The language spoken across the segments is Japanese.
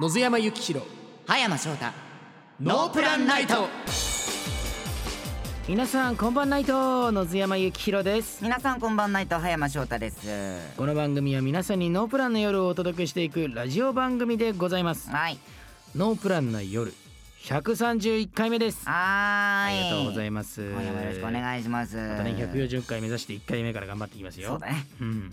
野津山幸弘葉山翔太ノープランナイト皆さんこんばんないと野津山幸宏です皆さんこんばんないと葉山翔太ですこの番組は皆さんにノープランな夜をお届けしていくラジオ番組でございますはいノープランな夜131回目ですあはーいりがとうございまます今夜もよろしくお願いしますまたね140回目指して1回目から頑張っていきますよそうだねうん、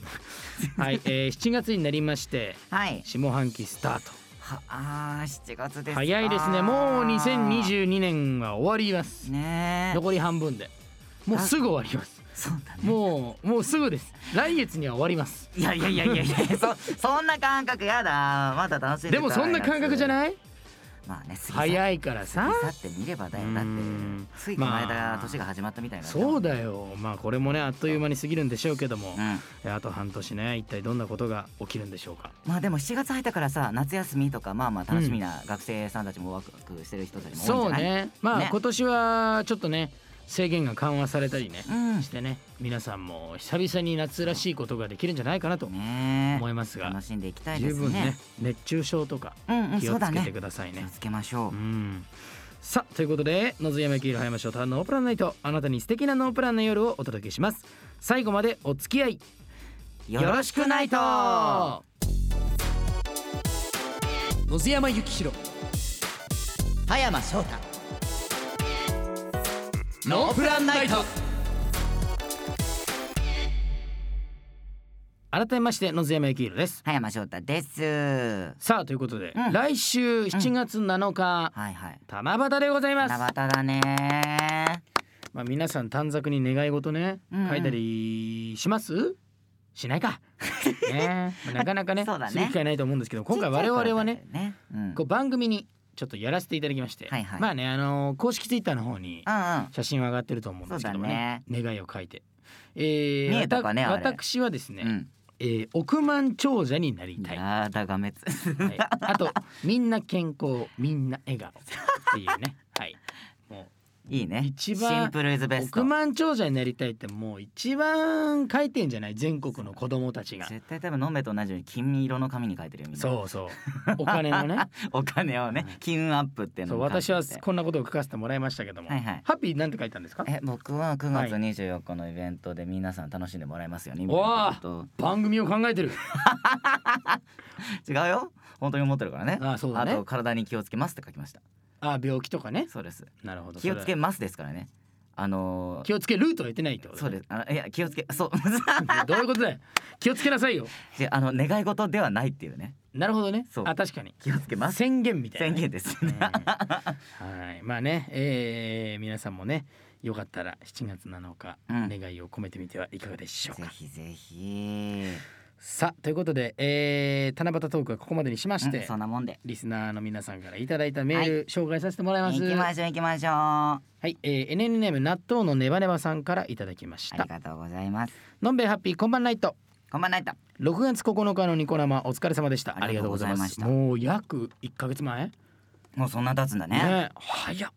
はい、えー、7月になりましてはい下半期スタートはあー7月ですか早いですねもう2022年は終わりますねえ残り半分でもうすぐ終わりますそうだねもうもうすぐです来月には終わります いやいやいやいやいや そそんな感覚やだまだ楽しんででもそんな感覚じゃいないまあね過ぎ去早いからさ過ぎ去って見ればだよだっうてんついこの間、まあ年が始まったみたいなそうよだよまあこれもねあっという間に過ぎるんでしょうけどもう、んえあと半年ね一体どんなことが起きるんでしょうかまあでも7月入ったからさ夏休みとかまあまあ楽しみな学生さんたちもワクワクしてる人たちも多いんじそゃうないねまあね今年はちょっとね制限が緩和されたりねうんしてね皆さんも久々に夏らしいことができるんじゃないかなとねえ思いますが楽しんでいきたいで十すね分ね熱中症とかうんうん気そをうだつけねてください気ねを。つけましょう、うんさあということで野津山幸宏葉山翔太ノープランナイトあなたに素敵なノープランの夜をお届けします最後までお付き合いよろしくないと野津山幸弘葉山翔太ノープランナイト改めまして野津山幸宏です葉山翔太ですはさあということで、うん来週7月7日、いはい七夕でございます、七夕だねまあ、皆さん短冊に願い事ね、うんうん書いたりしますしない かねまあなかなかねそうだねする機会ないと思うんですけど今回我々はねちっちゃい頃だよねうんこう番組にちょっとやらせていただきまして、はいはいまあねあのー公式ツイッターの方にうんうん写真は上がってると思うんですけどもね願いを書いて、えー見えたかねわあれた私はですね、うんえー億万長者になりたい、はやだがめつい、あとみんな健康みんな笑顔っていうねはいもいいね一番シンプルイズうベスト億万長者になりたいってもう一番書いてんじゃない全国の子供たちが絶対多分のんべと同じように金色の紙に書いてるよみんなそうそうお金 のねお金をねはい金運アップっていうそのうも書いて私てはこんなことを書かせてもらいましたけども、はいはいハッピーなんて書いたんですかえ僕は9月はい24日のイベントで皆さん楽しんでもらえますようにみたいわなあこと番組を考えてる違うよ本当に思ってるからねあそうだねあと体に気をつけますって書きましたあ病気とかねそうですなるほど気をそつれけますですからねあのー気をつけルートは言ってないってことそうですあのいや気をつけそう どういうことだよ気をつけなさいよ違うあの願い事ではないっていうねなるほどねそうあ確かに気をつけます宣言みたい宣なね、言ですねうんはいまあね、えー皆さんもねよかったら7月7日、うん願いを込めてみてはいかがでしょう ぜかひぜひさあということで、えー、七夕トークはここまでにしましうんてそんなもんでリスナーの皆さんからいただいたメール、紹介させてもらいま行すきましょう行きましょうあはい、えー、NN ネーム納豆のネバネバさんからいただきましりたがとうございますのんべえハッピーこんばんないとこんばんないと6月9日のニコ生お疲れ様でしたあありりががとうごとうござざいいまましすたもう約1ヶ月前もうそんな経つんだねね早っ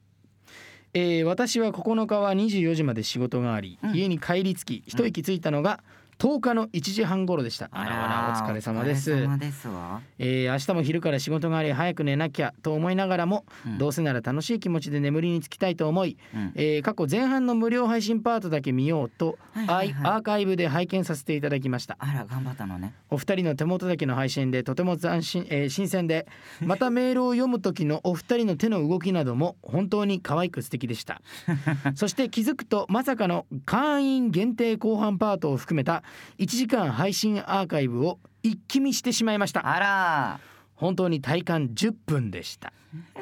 えー私は9日は24時まで仕事があり、うん家に帰り着き一息ついたのが10日の1時半頃でした、あらあらお疲れ様ですお疲れ様ですわえー明日も昼から仕事があり早く寝なきゃと思いながらも、うんどうせなら楽しい気持ちで眠りにつきたいと思い、うんえー過去前半の無料配信パートだけ見ようと、はいはいはいアイアーカイブで拝見させていただきましたあら頑張ったのねお二人の手元だけの配信でとても斬新、えー新鮮 でまたメールを読む時のお二人の手の動きなども本当に可愛く素敵でした そして気づくとまさかの会員限定後半パートを含めた1時間配信アーカイブを一気見してしまいましたあら本当に体感10分でした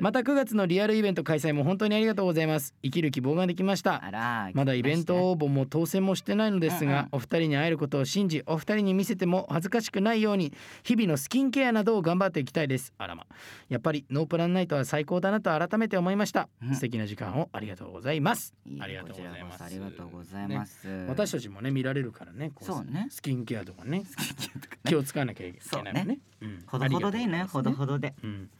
また9月のリアルイベント開催も本当にありがとうございます生きる希望ができましたあら まだイベント応募も当選もしてないのですうんうがん、お二人に会えることを信じお二人に見せても恥ずかしくないように日々のスキンケアなどを頑張っていきたいですあらまやっぱりノープランナイトは最高だなと改めて思いました、うん素敵な時間をありがとうございますいえありがとうございこまちすらこそありがとうございまねす、私たちもね見られるからねこそうねスキンケアとかね気をつ使わなきゃいけないもんねうんほどほどでいいのよほどありがとうございますほどほどでうん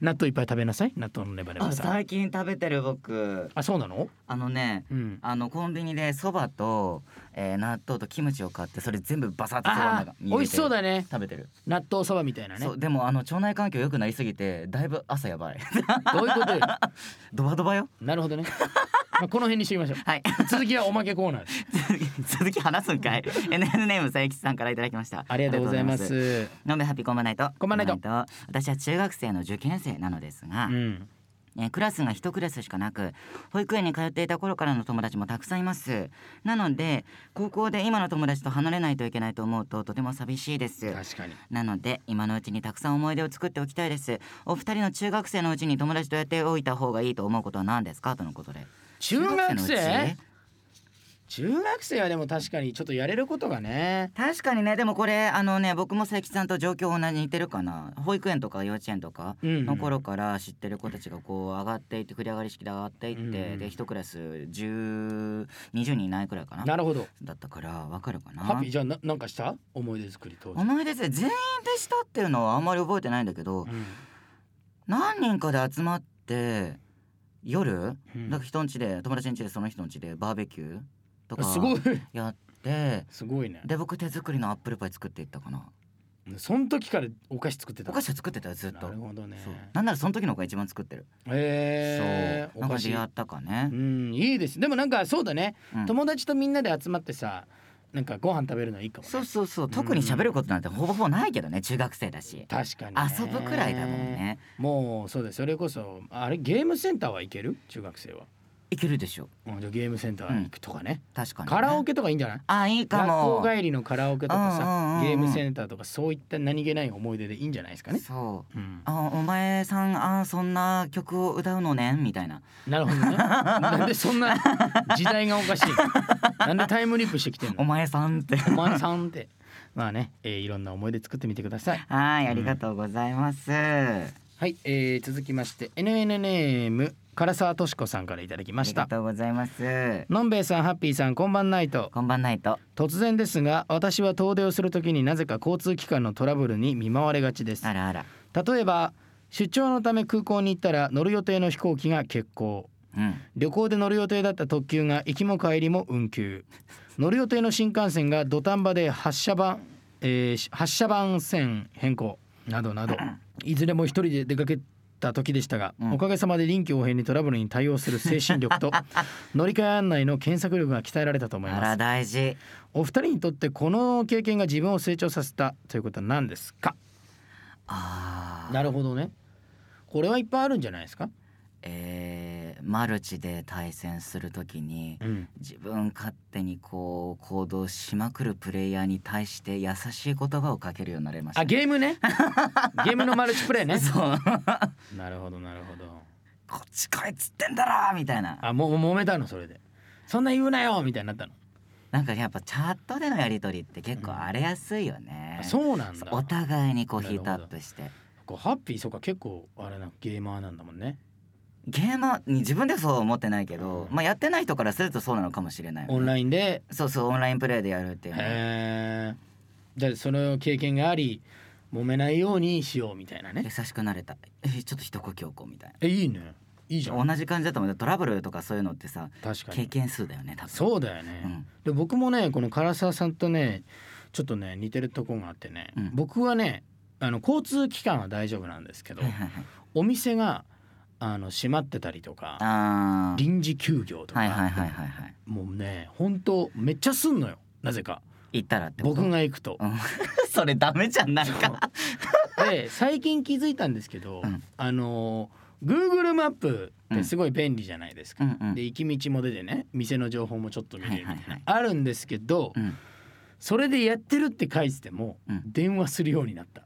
納豆いっぱい食べなさいない納豆のネバネバあさん最近食べてる僕あそうなのあのねうんあのコンビニでそばと、えー、納豆とキムチを買ってそれ全部バサッとそばの中あーに入れて美味しそうだね食べてる、納豆そばみたいなねそうでもあの腸内環境良くなりすぎてだいぶ朝やばい どういう ことよドバドバよなるほどねまあこの辺にしておきましょはいう続きはおまけコーナーです続き話すんか い NN ネーム佐伯さんからいただきましたありがとうございます飲めハッピーコンバナイトこんばんはこんばんは私は中学生の受験生なのですが、うんえークラスが一クラスしかなく保育園に通っていた頃からの友達もたくさんいますなので高校で今の友達と離れないといけないと思うととても寂しいです確かになので今のうちにたくさん思い出を作っておきたいですお二人の中学生のうちに友達とやっておいた方がいいと思うことは何ですかとのことで中学中のう生ち中学生はでも確かにちょっとやれることがね確かにねでもこれあのね僕も佐伯さんと状況同じ似てるかな保育園とか幼稚園とかうんの頃から知ってる子たちがこう上がっていって繰り上がり式で上がっていって、うんうんで一クラス1020人いないくらいかななるほどだったからわかるかハッなピーじゃあななんかした思い出作り当時、思い出で全員でしたっていうのはあんまり覚えてないんだけうど、ん何人かで集まって夜、うんなんか人ん家で友達ん家でその人ん家でバーベキューとかすごいやってすごいねで僕手作りのアップルパイ作っていったかなその時からお菓子作ってたお菓子は作ってたよずっとなるほどねそうなんならその時の方が一番作ってる、へえそうなんおか菓子でやったかねう、んいいですでもなんかそうだね、うん友達とみんなで集まってさなんかご飯食べるのいいかも、ね、そうそうそう特に喋ることなんてほぼほぼないけどね中学生だし確かにね、遊ぶくらいだもんねもうそうですそれこそあれゲームセンターは行ける中学生は、いけるでしょうん、じゃあゲームセンター行くとかね、確かにね、カラオケとかいいんじゃないあいいかも学校帰りのカラオケとかうんうんうんさうんゲームセンターとかそういった何気ない思い出でいいんじゃないですかね、そううん、あお前さんあそんな曲を歌うのねみたいななるほど ねなんでそんな時代がおかしいのなんでタイムリープしてきてんのお前さんって お前さんってまあね、えー、いろんな思い出作ってみてくださいはい、ありがとうございます。あはい、えー、続きまして NNNM 唐沢敏子さんからいただきましりがたとうございます。のんべえさんハッピーさんこんばんないとこんばんないと。突然ですが私は遠出をするときになぜか交通機関のトラブルに見舞われがちですあらあら。例えば出張のため空港に行ったら乗る予定の飛行機が欠航うん。旅行で乗る予定だった特急が行きも帰りも運休乗る予定の新幹線が土壇場で発車番、えーし発車番線変更などな どいずれも一人で出かけた時でしたが、うんおかげさまで臨機応変にトラブルに対応する精神 力と乗り換え案内の検索力が鍛えられたと思いあまらす大事。お二人にとってこの経験が自分を成長させたということは何ですかああ。なるほどねこれはいっぱいあるんじゃないですか、えー、マルチで対戦するときに。ん、自分勝手にこう行動しまくるプレイヤーに対して優しい言葉をかけるようになれましたあね、ゲーム ねゲームのマルチプレイね そうなるほどなるほどこっち来いっつってんだろみたいなあもう揉めたのそれでそんな言うなよみたいになったの、なんかやっぱチャットでのやり取りって結構荒れやすいよねあ、そうなんだお互いにこうヒートアップしてこうハッピーそっか結構あれなゲーマーなんだもんねゲーマーに自分ではそうは思ってないけど、うんまあやってない人からするとそうなのかもしれない、オンライインでンそうそうオンラインプレイでやるっていうのはへえじゃあその経験があり揉めないようにしようみたいな優ねしくなれたえちょっと一呼吸置こうみたいえいいねいいじゃなん同じ感じだと思うトラブルとかそういうのってさ確か経に験数だよね多分そうだようね、んで僕もねこの唐沢さんとねちょっとね似てるとこがあってね、うん僕はねあの交通機関は大丈夫なんですけどはいはいはいお店があの閉まってたりとかあー臨時休業とか、はいはいはいはいはいもうね本当めっちゃすんのよなぜか行ったらってこと僕が行くとう。ん それダメじゃんなんかで最近気づいたんですけど、うんあの Google マップってすごい便利じゃないですうか。んうんで行き道も出てね店の情報もちょっと見れるみたいな、はいはいはいあるんですけど、うんそれでやってるって書いてても、うん電話するようになった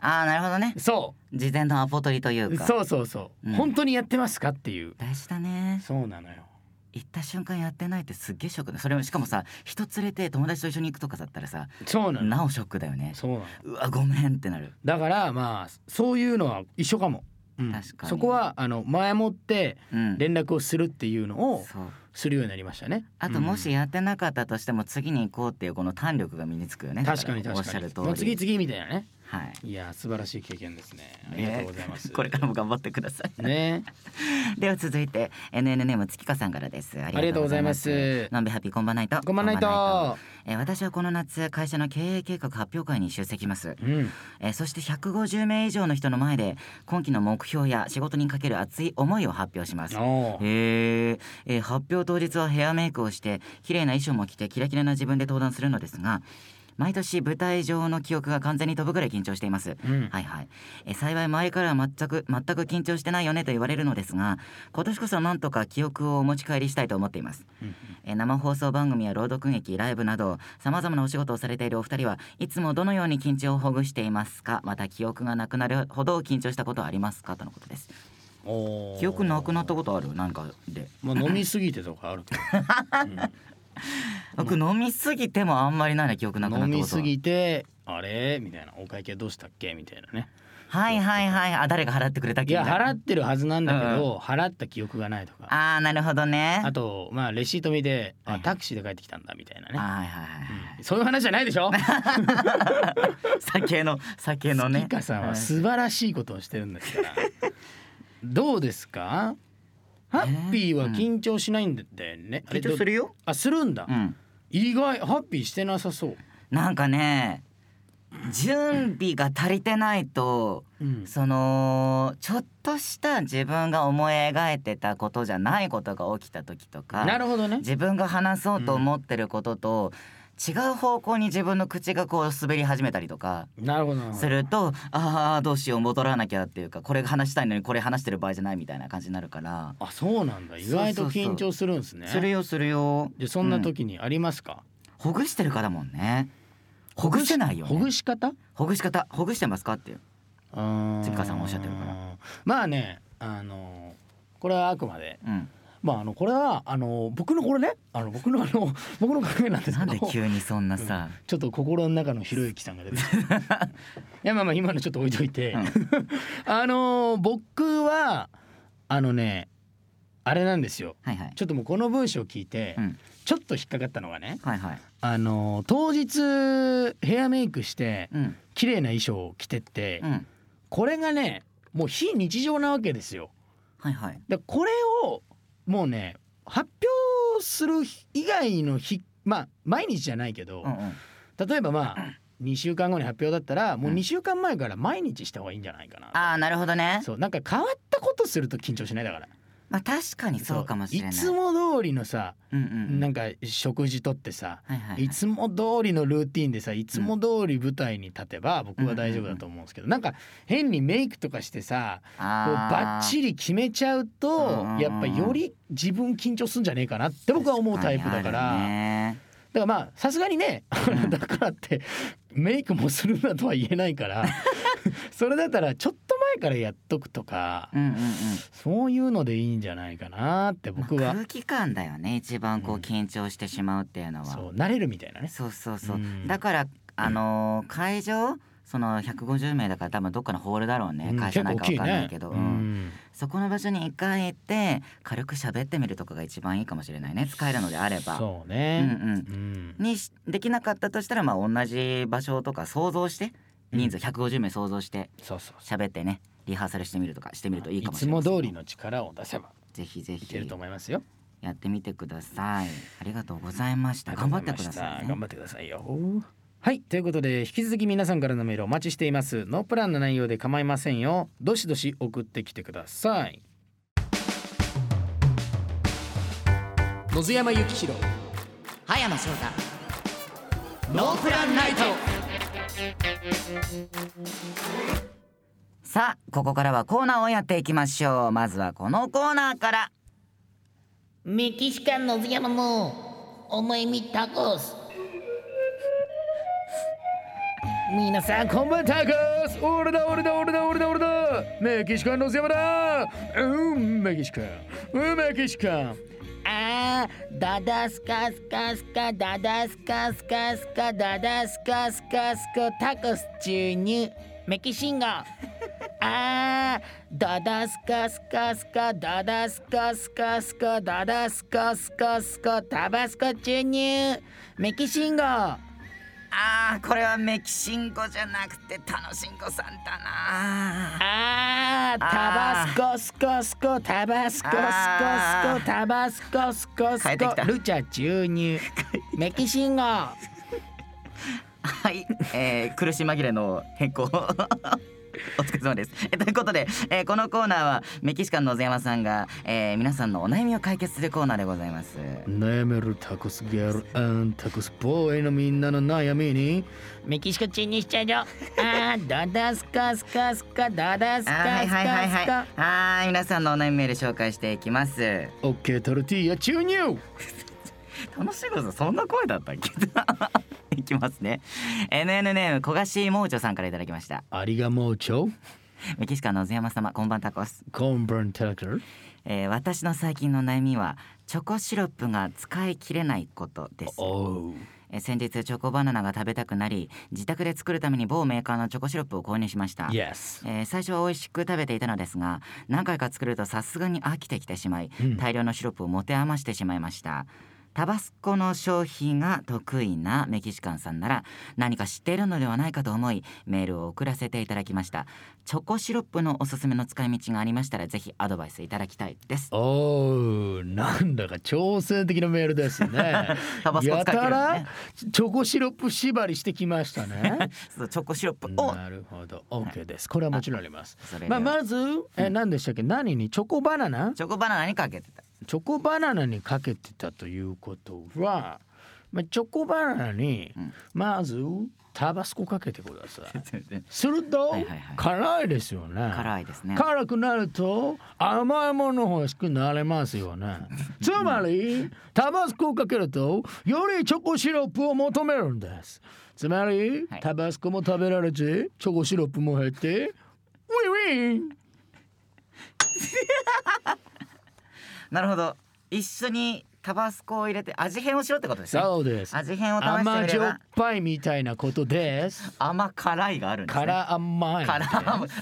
ああなるほどねそ事前のアポ取りといううかそうそうそう、うん本当にやってますかっていう大事だねそうなのよ行った瞬間やってないってすっげえショックだそれもしかもさ人連れて友達と一緒に行くとかだったらさそうなのなおショックだよねそうなのうわごめんってなるだからまあそういうのは一緒かも、うん確かにそこはあの前もってうん連絡をするっていうのをそうするようになりましたね。あともしやってなかったとしても次に行こうっていうこの胆力が身につくようねん確かにだら確かにおっしゃる通りもう次々みたいなね。はいいや素晴らしい経験ですねありがとうござい ます、ねこれからも頑張ってくださいねでは続いて NN ネーム月香さんからですありがとうございますのんべハッピーこんばんないとこんばんないこばんとえー私はこの夏会社の経営計画発表会に出席しますうんえーそして150名以上の人の前で今期の目標や仕事にかける熱い思いを発表しますおーへーえー発表当日はヘアメイクをして綺麗な衣装も着てキラキラな自分で登壇するのですが毎年舞台上の記憶が完全に飛ぶぐらい緊張しています、うんはいはい、えー幸い前からは全く全く緊張してないよねと言われるのですが今年こそなんとか記憶をお持ち帰りしたいと思っています、うんえー生放送番組や朗読劇ライブなどさまざまなお仕事をされているお二人はいつもどのように緊張をほぐしていますかまた記憶がなくなるほど緊張したことはありますかとのことですおー記憶なくなったことあるなんかでまあ飲みすぎてとかある け僕飲みすぎてもあんまりないな記憶なくなっどた飲ことはみすぎてあれみたいなお会計どうしたっけみたいなねはいはいはいあ誰が払ってくれたっいけやみたいな払ってるはずなんだけど、払った記憶がないとかあーなるほどねあとまあレシート見で、はいはあいタクシーで帰ってきたんだみたいなあね、はいはいはいはいそういう話じゃないでし ょ酒の酒のね美香さんは素晴らしいことをしてるんですからどうですかハッピーは緊張しないんだよね、あれ緊張するよあするんだ、うん意外ハッピーしてなさそう、なんかね準備が足りてないとうんそのちょっとした自分が思い描いてたことじゃないことが起きた時とかなるほどね自分が話そうと思ってることと、違う方向に自分の口がこう滑り始めたりとかなるほどなるほどすると、ああどうしよう戻らなきゃっていうかこれが話したいのにこれ話してる場合じゃないみたいな感じになるから、あそうなんだ意外とそうそうそ緊う張するんですねするよするよでそんなう時にありますか、ほぐしてるかだもんねほぐしてないよ、ね、ほぐし方ほぐし方ほぐしてますかっていうつ鶴川さんがおっしゃってるからまあねあのこれはあくまでうんまああのこれはあの僕のこれねあの僕のあの僕の考えなんですなけんどで急にそんなさ、ちょっと心の中のひろゆきさんが出てきたい やまあまあ今のちょっと置いといて、うんあの僕はあのねあれなんですよはいはいちょっともうこの文章を聞いて、うんちょっと引っかかったのがねはいはいあの当日ヘアメイクしてうん綺麗な衣装を着てって、うんこれがねもう非日常なわけですよ。はいはいでこれをもうね発表する日以外の日まあ毎日じゃないけど、うんうん例えばまあ2週間後に発表だったらもううん2週間前から毎日した方がいいんじゃないかな、ああなるほどねそうなんか変わったことすると緊張しないだからまあ確かにそうかもしれないつも通りのさうんうんなんか食事とってさ、はいはいはいつも通りのルーティンでさいつも通り舞台に立てば僕は大丈夫だと思うんですけど、なんか変にメイクとかしてさこうバッチリ決めちゃうとうんやっぱより自分緊張すんじゃねえかなって僕は思うタイプだから確にあるねだからまあさすがにねだからってメイクもするなとは言えないから それだったらちょっと前からやっとくとかうんうんうんそういうのでいいんじゃないかなって僕まあは空気感だよね一番こううん緊張してしまうっていうのは、そう慣れるみたいなね。そうそうそううんだからあのー会場その150名だから多分どっかのホールだろうね、うん会社なんかわかんないけど、ううんんそこの場所に一回行って軽く喋ってみるとかが一番いいかもしれないね使えるのであれば。そううんね、うんうんにしできなかったとしたらまあ同じ場所とか想像してうん人数150名想像してそうそうそう喋ってねリハーサルしてみるとかしてみるといいかもしれいないつも通りの力を出せばぜひぜいけるひと思いますよ。やってみてくださいありがとうございました頑張ってください、ね、頑張ってくださいよ。はいということで引き続き皆さんからのメールお待ちしています。ノープランの内容で構いませんよ。どしどし送ってきてください。野津山幸弘葉山翔太ノープランナイトさあここからはコーナーをやっていきましょうまずはこのコーナーからメキシカンのズヤマの思いみタコス皆さんこんばんタコス俺だ俺だ俺だ俺だ俺だメキシカンの山だうんメキシカンうんメキシカンあーダダスカスカスカダダスカスカスカダダスカスカスカタコス注入メキシンゴあーダダスカスカスカダダスカスカスカダダスカスカスカタバスコ注入メキシンゴああーこれはメキシンコじゃなくてタノシンコさんだあなーあータバスコスコスコタバスコスコあスコタバスコスコス帰ってきコたルチャ注 入メキシンゴはい、えー、苦し紛れの変更 お疲れ様ですえということで、えーこのコーナーはメキシカンのゼ山さんが、えー皆さんのお悩みを解決するコーナーでございます悩めるタコスギャルタコスボーイのみんなの悩みにメキシコチにしちゃうよ あーダダスカスカスカダダスあカーはいスはいはいカはスいカはーい皆さんのお悩みメール紹介していきますオッケートルティーヤ注入楽しいことそんな声だったっけ いきますね NN ネーム小菓子盲女さんからいただきましたありがもうちょメキシカンのゼ山様こんばんタコスコンバンタラクターえー私の最近の悩みはチョコシロップが使い切れないことです、おうえー先日チョコバナナが食べたくなり自宅で作るために某メーカーのチョコシロップを購入しました、 Yes えー最初は美味しく食べていたのですが何回か作るとさすがに飽きてきてしまいうん大量のシロップを持て余してしまいましたタバスコの消費が得意なメキシカンさんなら何か知っているのではないかと思いメールを送らせていただきましたチョコシロップのおすすめの使い道がありましたらぜひアドバイスいただきたいですおうなんだか挑戦的なメールですね タバスコ使やってるたのらねチョコシロップ縛りしてきました ねそうチョコシロップをなるほど OK ですこれはもちろんありますそれでまはあ、まず、え何でしたっけ何にチョコバナナチョコバナナにかけてたチョコバナナにかけてたということは、まあ、チョコバナナにうん。まずタバスコかけてください 全然すると、はいはいはい辛いですよね。辛いですね辛くなると甘いもの欲しくなれますよ ね。つまりタバスコをかけるとよりチョコシロップを求めるんです。つまりはいタバスコも食べられてチョコシロップも減ってウィンウィンなるほど一緒にタバスコを入れて味変をしろってことですねそうです。味変を試して甘みじれょばっぱいみたいなことです。甘辛いがあるんですね辛甘い。辛い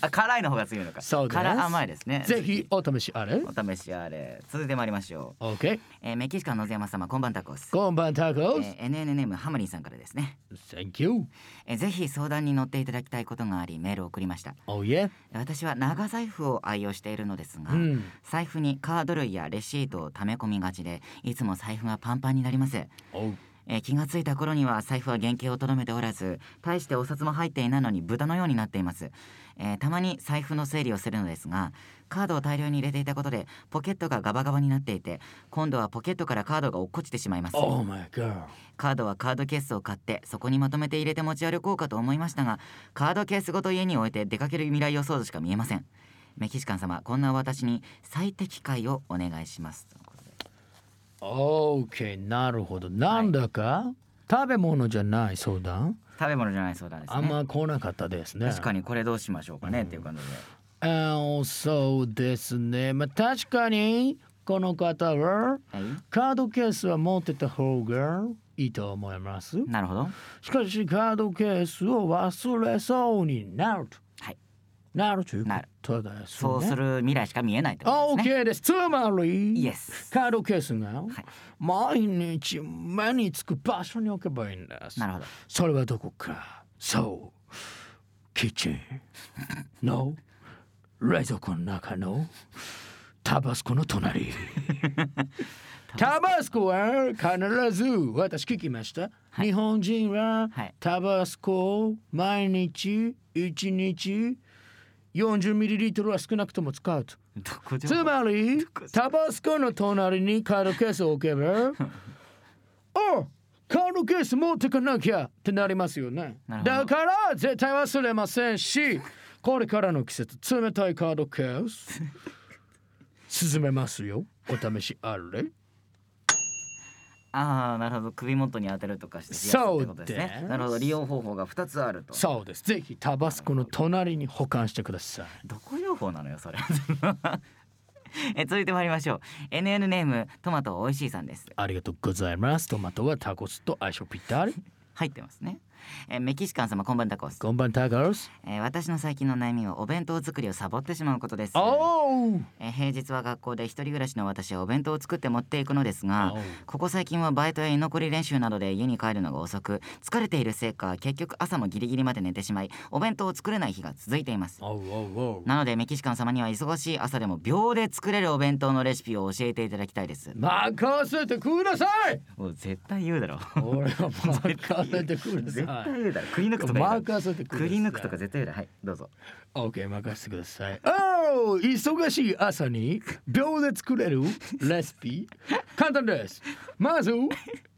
あ辛いの方が強いのかそうです辛甘いですねぜひお試しあれ。お試しあれ続いてまいりましょう、 OK。えー、メキシカンの野津山様こんばんタコス今晩タえコス。ー、NN ネームハムリンさんからですね、 Thank you。えー、ぜひ相談に乗っていただきたいことがありメールを送りました Oh yeah。私は長財布を愛用しているのですが、うん。財布にカード類やレシートを溜め込みがちでいつも財布がパンパンになります、 Oh。えー気がついた頃には財布は原型をとどめておらず大してお札も入っていないのに豚のようになっています、えーたまに財布の整理をするのですがカードを大量に入れていたことでポケットがガバガバになっていて今度はポケットからカードが落っこちてしまいます Oh my god。カードはカードケースを買ってそこにまとめて入れて持ち歩こうかと思いましたがカードケースごと家に置いて出かける未来予想図しか見えませんメキシカン様こんな私に最適解をお願いしますとのことで OK。なるほど。なんだか食べ物じゃない相談。食べ物じゃないそうなんですあねんま来なかったですね。確かにこれどうしましょうかね、っていう感じであーそうですね。まあ確かにこの方ははいカードケースは持ってた方がいいと思います。なるほどしかしカードケースを忘れそうになると。はいなるということですね。そうする未来しか見えないってあ。ことですね OK です。つまり、 Yes カードケースがい毎日目につく場所に置けばいいんです。なるほどそれはどこか。そう。キッチンの冷蔵庫の中のタバスコの 隣。タバスコは必ず私聞きました。はい日本人ははいタバスコを毎日1日 40ml は少なくとも使うと。どこでつもまりタバスコの隣にカードケースを置けば おカードケース持ってかなきゃってなりますよねなるほどだから絶対忘れませんし これからの季節冷たいカードケース涼めますよお試しあれああなるほど首元に当てるとかして冷やすってことですそうでねすなるほど利用方法が二つあるとそうですぜひタバスコの隣に保管してくださいどこ情報なのよそれ え続いて参りましょう NN ネームトマトおいしいさんですありがとうございますトマトはタコスと相性ぴったり入ってますね、えーメキシカン様こんばんだこす、こんばんタガー ス。えー私の最近の悩みはお弁当作りをサボってしまうことですおお。えー平日は学校で一人暮らしの私はお弁当を作って持っていくのですがおうここ最近はバイトや居残り練習などで家に帰るのが遅く疲れているせいか結局朝もギリギリまで寝てしまいお弁当を作れない日が続いていますおうおうおう。なのでメキシカン様には忙しい朝でも秒で作れるお弁当のレシピを教えていただきたいです任せてください。絶対言うだ ろ俺は任せてく 絶ださ対言うだろくり抜くとか言うだろ任せてくださくい。り抜くとか絶対言うだろはいどうぞオーケー任せてください。おお、忙しい朝に秒で作れるレシ ピ。簡単です。まず、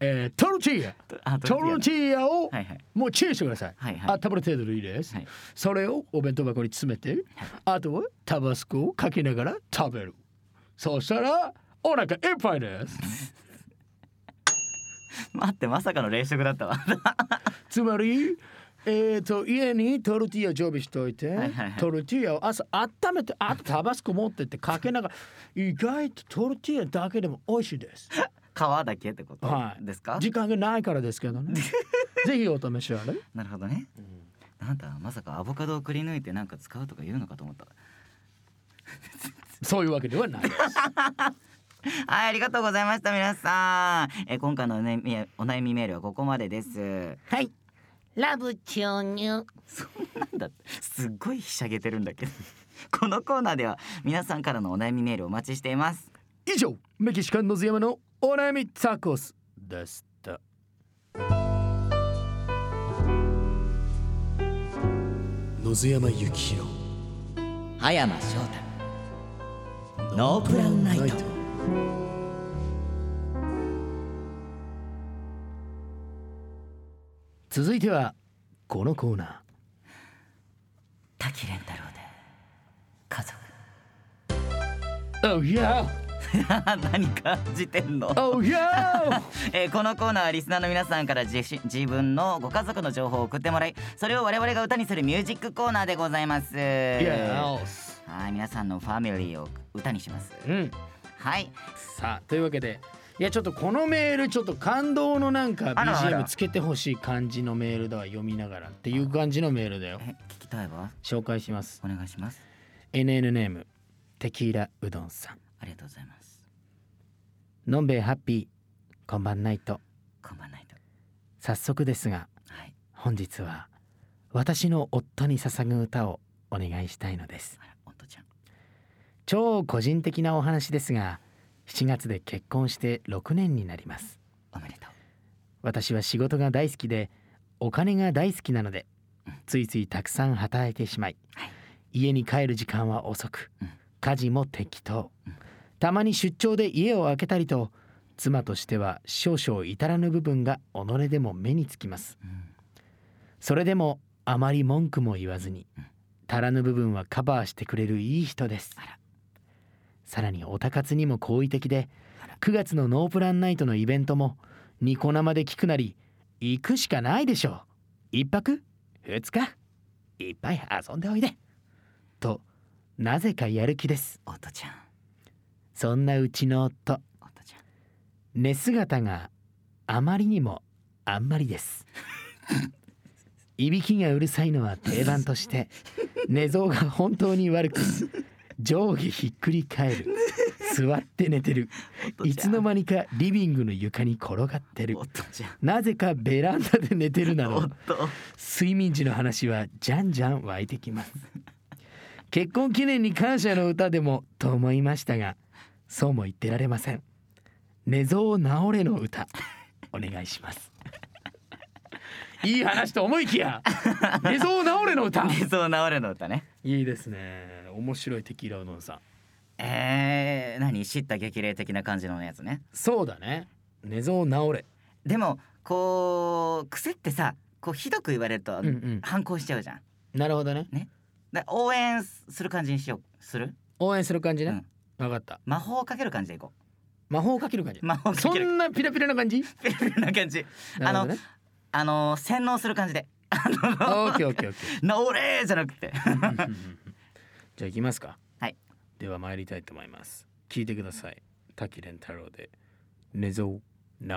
えー、トルティーヤ。あトルティーヤをはいはいもうチンしてください。はいはあ、い食べる程度でいいです、はいそれをお弁当箱に詰めて、あとはタバスコをかけながら食べる。そしたらお腹いっぱいです。待ってまさかの冷食だったわ つまり、えー、と家にトルティーヤ常備しておいて、はいはいはいトルティーヤを朝温めてあとタバスコ持ってってかけながら意外とトルティーヤだけでも美味しい です。皮だけってことはいですか時間がないからですけど ね。ぜひお試しあれ。なるほどね、なんだまさかアボカドをくり抜いてなんか使うとか言うのかと思ったそういうわけで はないです。はいありがとうございました皆さんえー今回のねみえお悩みメールはここまでですはいラブ注入そんなんだってすっごいひしゃげてるんだけど このコーナーでは皆さんからのお悩みメールお待ちしています以上、メキシカンのズヤマのお悩みタコスでした。野津山幸宏葉山翔太ノープランナイト続いてはこのコーナー。滝蓮太郎で家族 Oh yeah! 何感じてんの Oh yeah! えーこのコーナーはリスナーの皆さんから自身自分のご家族の情報を送ってもらいそれを我々が歌にするミュージックコーナーでございます、 yes! はい皆さんのファミリーを歌にしますうん。はいさあというわけでいやちょっとこのメールちょっと感動のなんかあらあら BGM つけてほしい感じのメールだわ読みながらっていう感じのメールだよえ聞きたいわ紹介しますお願いします NN ネームテキーラうどんさんありがとうございますのんべえハッピーこんばんないとこんばんないと早速ですがはい本日は私の夫に捧ぐ歌をお願いしたいのですあらおっとちゃん超個人的なお話ですが7月で結婚して6年になりますおめでとう私は仕事が大好きでお金が大好きなのでついついたくさん働いてしまい、はい家に帰る時間は遅く、うん家事も適当、うんたまに出張で家を空けたりと妻としては少々至らぬ部分が己でも目につきますうんそれでもあまり文句も言わずにうん足らぬ部分はカバーしてくれるいい人ですあらさらにおたかつにも好意的であら9月のノープランナイトのイベントもニコ生で聞くなり行くしかないでしょう一泊二日いっぱい遊んでおいでとなぜかやる気ですおっとちゃんそんなうちの夫おっとちゃん寝姿があまりにもあんまりです いびきがうるさいのは定番として寝相が本当に悪く上下ひっくり返る座って寝てるおっとちゃんいつの間にかリビングの床に転がってるおっとちゃんなぜかベランダで寝てるなおどっと睡眠時の話はじゃんじゃん湧いてきます結婚記念に感謝の歌でもと思いましたがそうも言ってられません寝相直れの歌お願いしますいい話と思いきや寝相直れの歌理想直れの歌ねいいですね面白いテキーラうどんさんえー、何知った激励的な感じのやつねそうだね寝相直れでもこう癖ってさこうひどく言われるとうんうん反抗しちゃうじゃん、なるほどねだ応援する感じにしようする応援する感じね、わかった魔法をかける感じでいこ魔法をかける感じう魔法をかそけるんなピラピラな感じそんな感じあのなるあのー洗脳する感じでほどねオッケーオッケーオッケ「なおれ!」じゃなくてー じゃあ行きますかはいでは参りたいと思います聞いてください滝蓮太郎で寝相治れ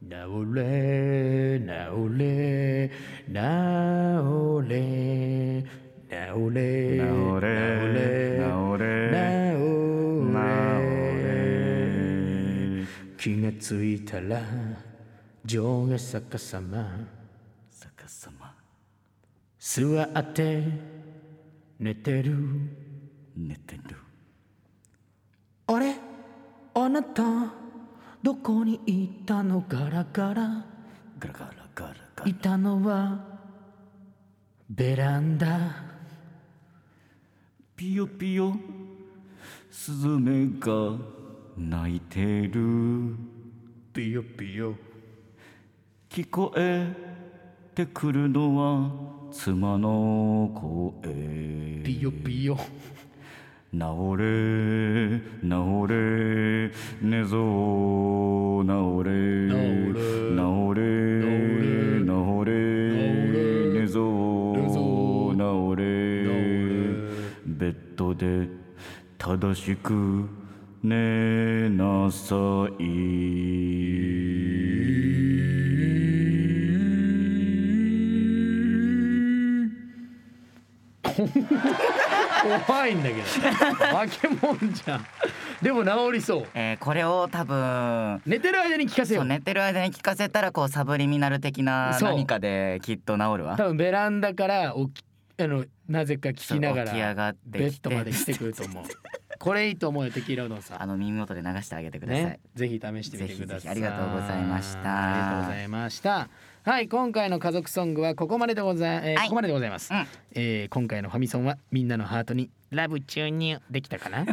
直れ直れ直れ直れ直れ直れ直直れ気がついたら上下逆さま逆さま座って寝てる寝てるあれあなたどこに行ったのガラガラガラガラガラガラいたのはベランダピヨピヨスズメが鳴いてるピヨピヨ聞こえてくるのは妻の声ピヨピヨ治れ治れ寝ぞ治れ治れ治れ寝ぞ治れベッドで正しく寝なさい怖いんだけど化け物じゃんでも治りそう えーこれを多分寝てる間に聞かせそようう寝てる間に聞かせたらこうサブリミナル的なそう何かできっと治るわ多分ベランダから起きあのなぜか聞きながそう起き上がっらてきてベッドまで来てくると思うこれいいと思うよテキーラのあさんの耳元で流してあげてください、ね、ぜひ試してみてくださいぜひぜひありがとうございましたありがとうございましたはい今回の家族ソングはここまででござい、えーはいここまででございます、うんえー今回のファミソンはみんなのハートにラブ注入できた かな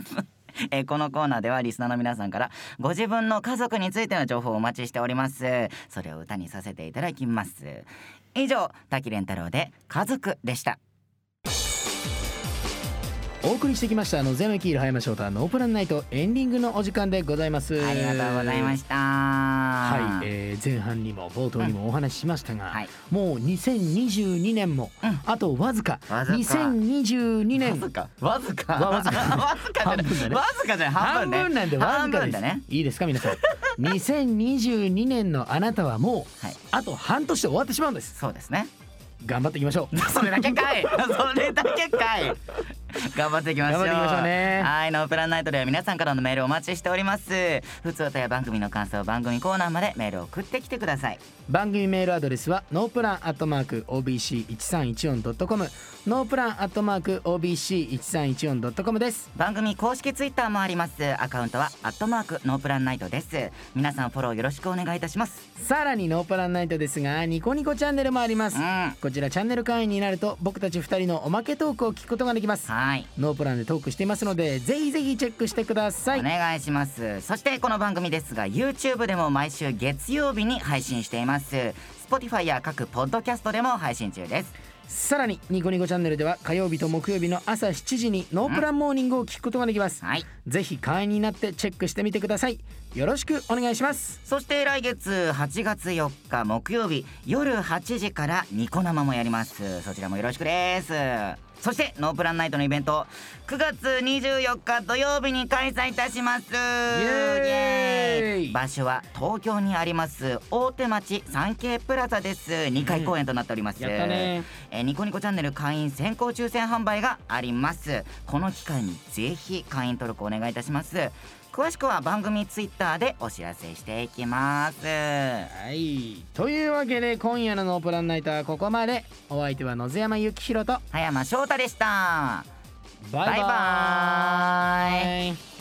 えーこのコーナーではリスナーの皆さんからご自分の家族についての情報をお待ちしておりますそれを歌にさせていただきます以上滝蓮太郎で家族でしたお送りしてきましたあのゼノキール葉山翔太ノープランナイトエンディングのお時間でございますありがとうございましたは、はいえー前半にも冒頭にもお話ししましたが、はいもう2022年も、うんあとわずかわずか2022わ年ずかわずかわわずか わずか半分じだゃないねわずかじゃない半分ねなんでわずか半分です、だねいいですか皆さん 2022年のあなたはもう、はいあと半年で終わってしまうんですそうですね頑張っていきまし ょうそれだけかいそれだけかい頑張っていきましょう頑張っていきましょうねはいノープランナイトでは皆さんからのメールをお待ちしております普通歌や番組の感想番組コーナーまでメールを送ってきてください番組メールアドレスはノープランアットマーク OBC1314.com ノープランアットマーク OBC1314.com です番組公式ツイッターもありますアカウントはアットマークノープランナイトです皆さんフォローよろしくお願いいたしますさらにノープランナイトですがニコニコチャンネルもあります、うんはこちらチャンネル会員になると僕たち2人のおまけトークを聞くことができますいノープランでトークしていますのでぜひぜひチェックしてくださおい願いしますそしてこの番組ですが YouTube でも毎週月曜日に配信しています Spotify や各ポッドキャストでも配信中ですさらにニコニコチャンネルでは火曜日と木曜日の朝7時にノープランモーニングを聞くことができますはいぜひ会員になってチェックしてみてくださいよろしくお願いしますそして来月8月4日木曜日夜8時からニコ生もやりますそちらもよろしくですそしてノープランナイトのイベント9月24日土曜日に開催いたしますエーイイエ場所は東京にあります大手町サンケイプラザです2回公演となっております、やったねえーニコニコチャンネル会員先行抽選販売がありますこの機会にぜひ会員登録お願いいたします詳しくは番組ツイッターでお知らせしていきますはいというわけで今夜のノープランナイトはここまでお相手は野津山幸宏と葉山翔太でしたバイババイバーイイ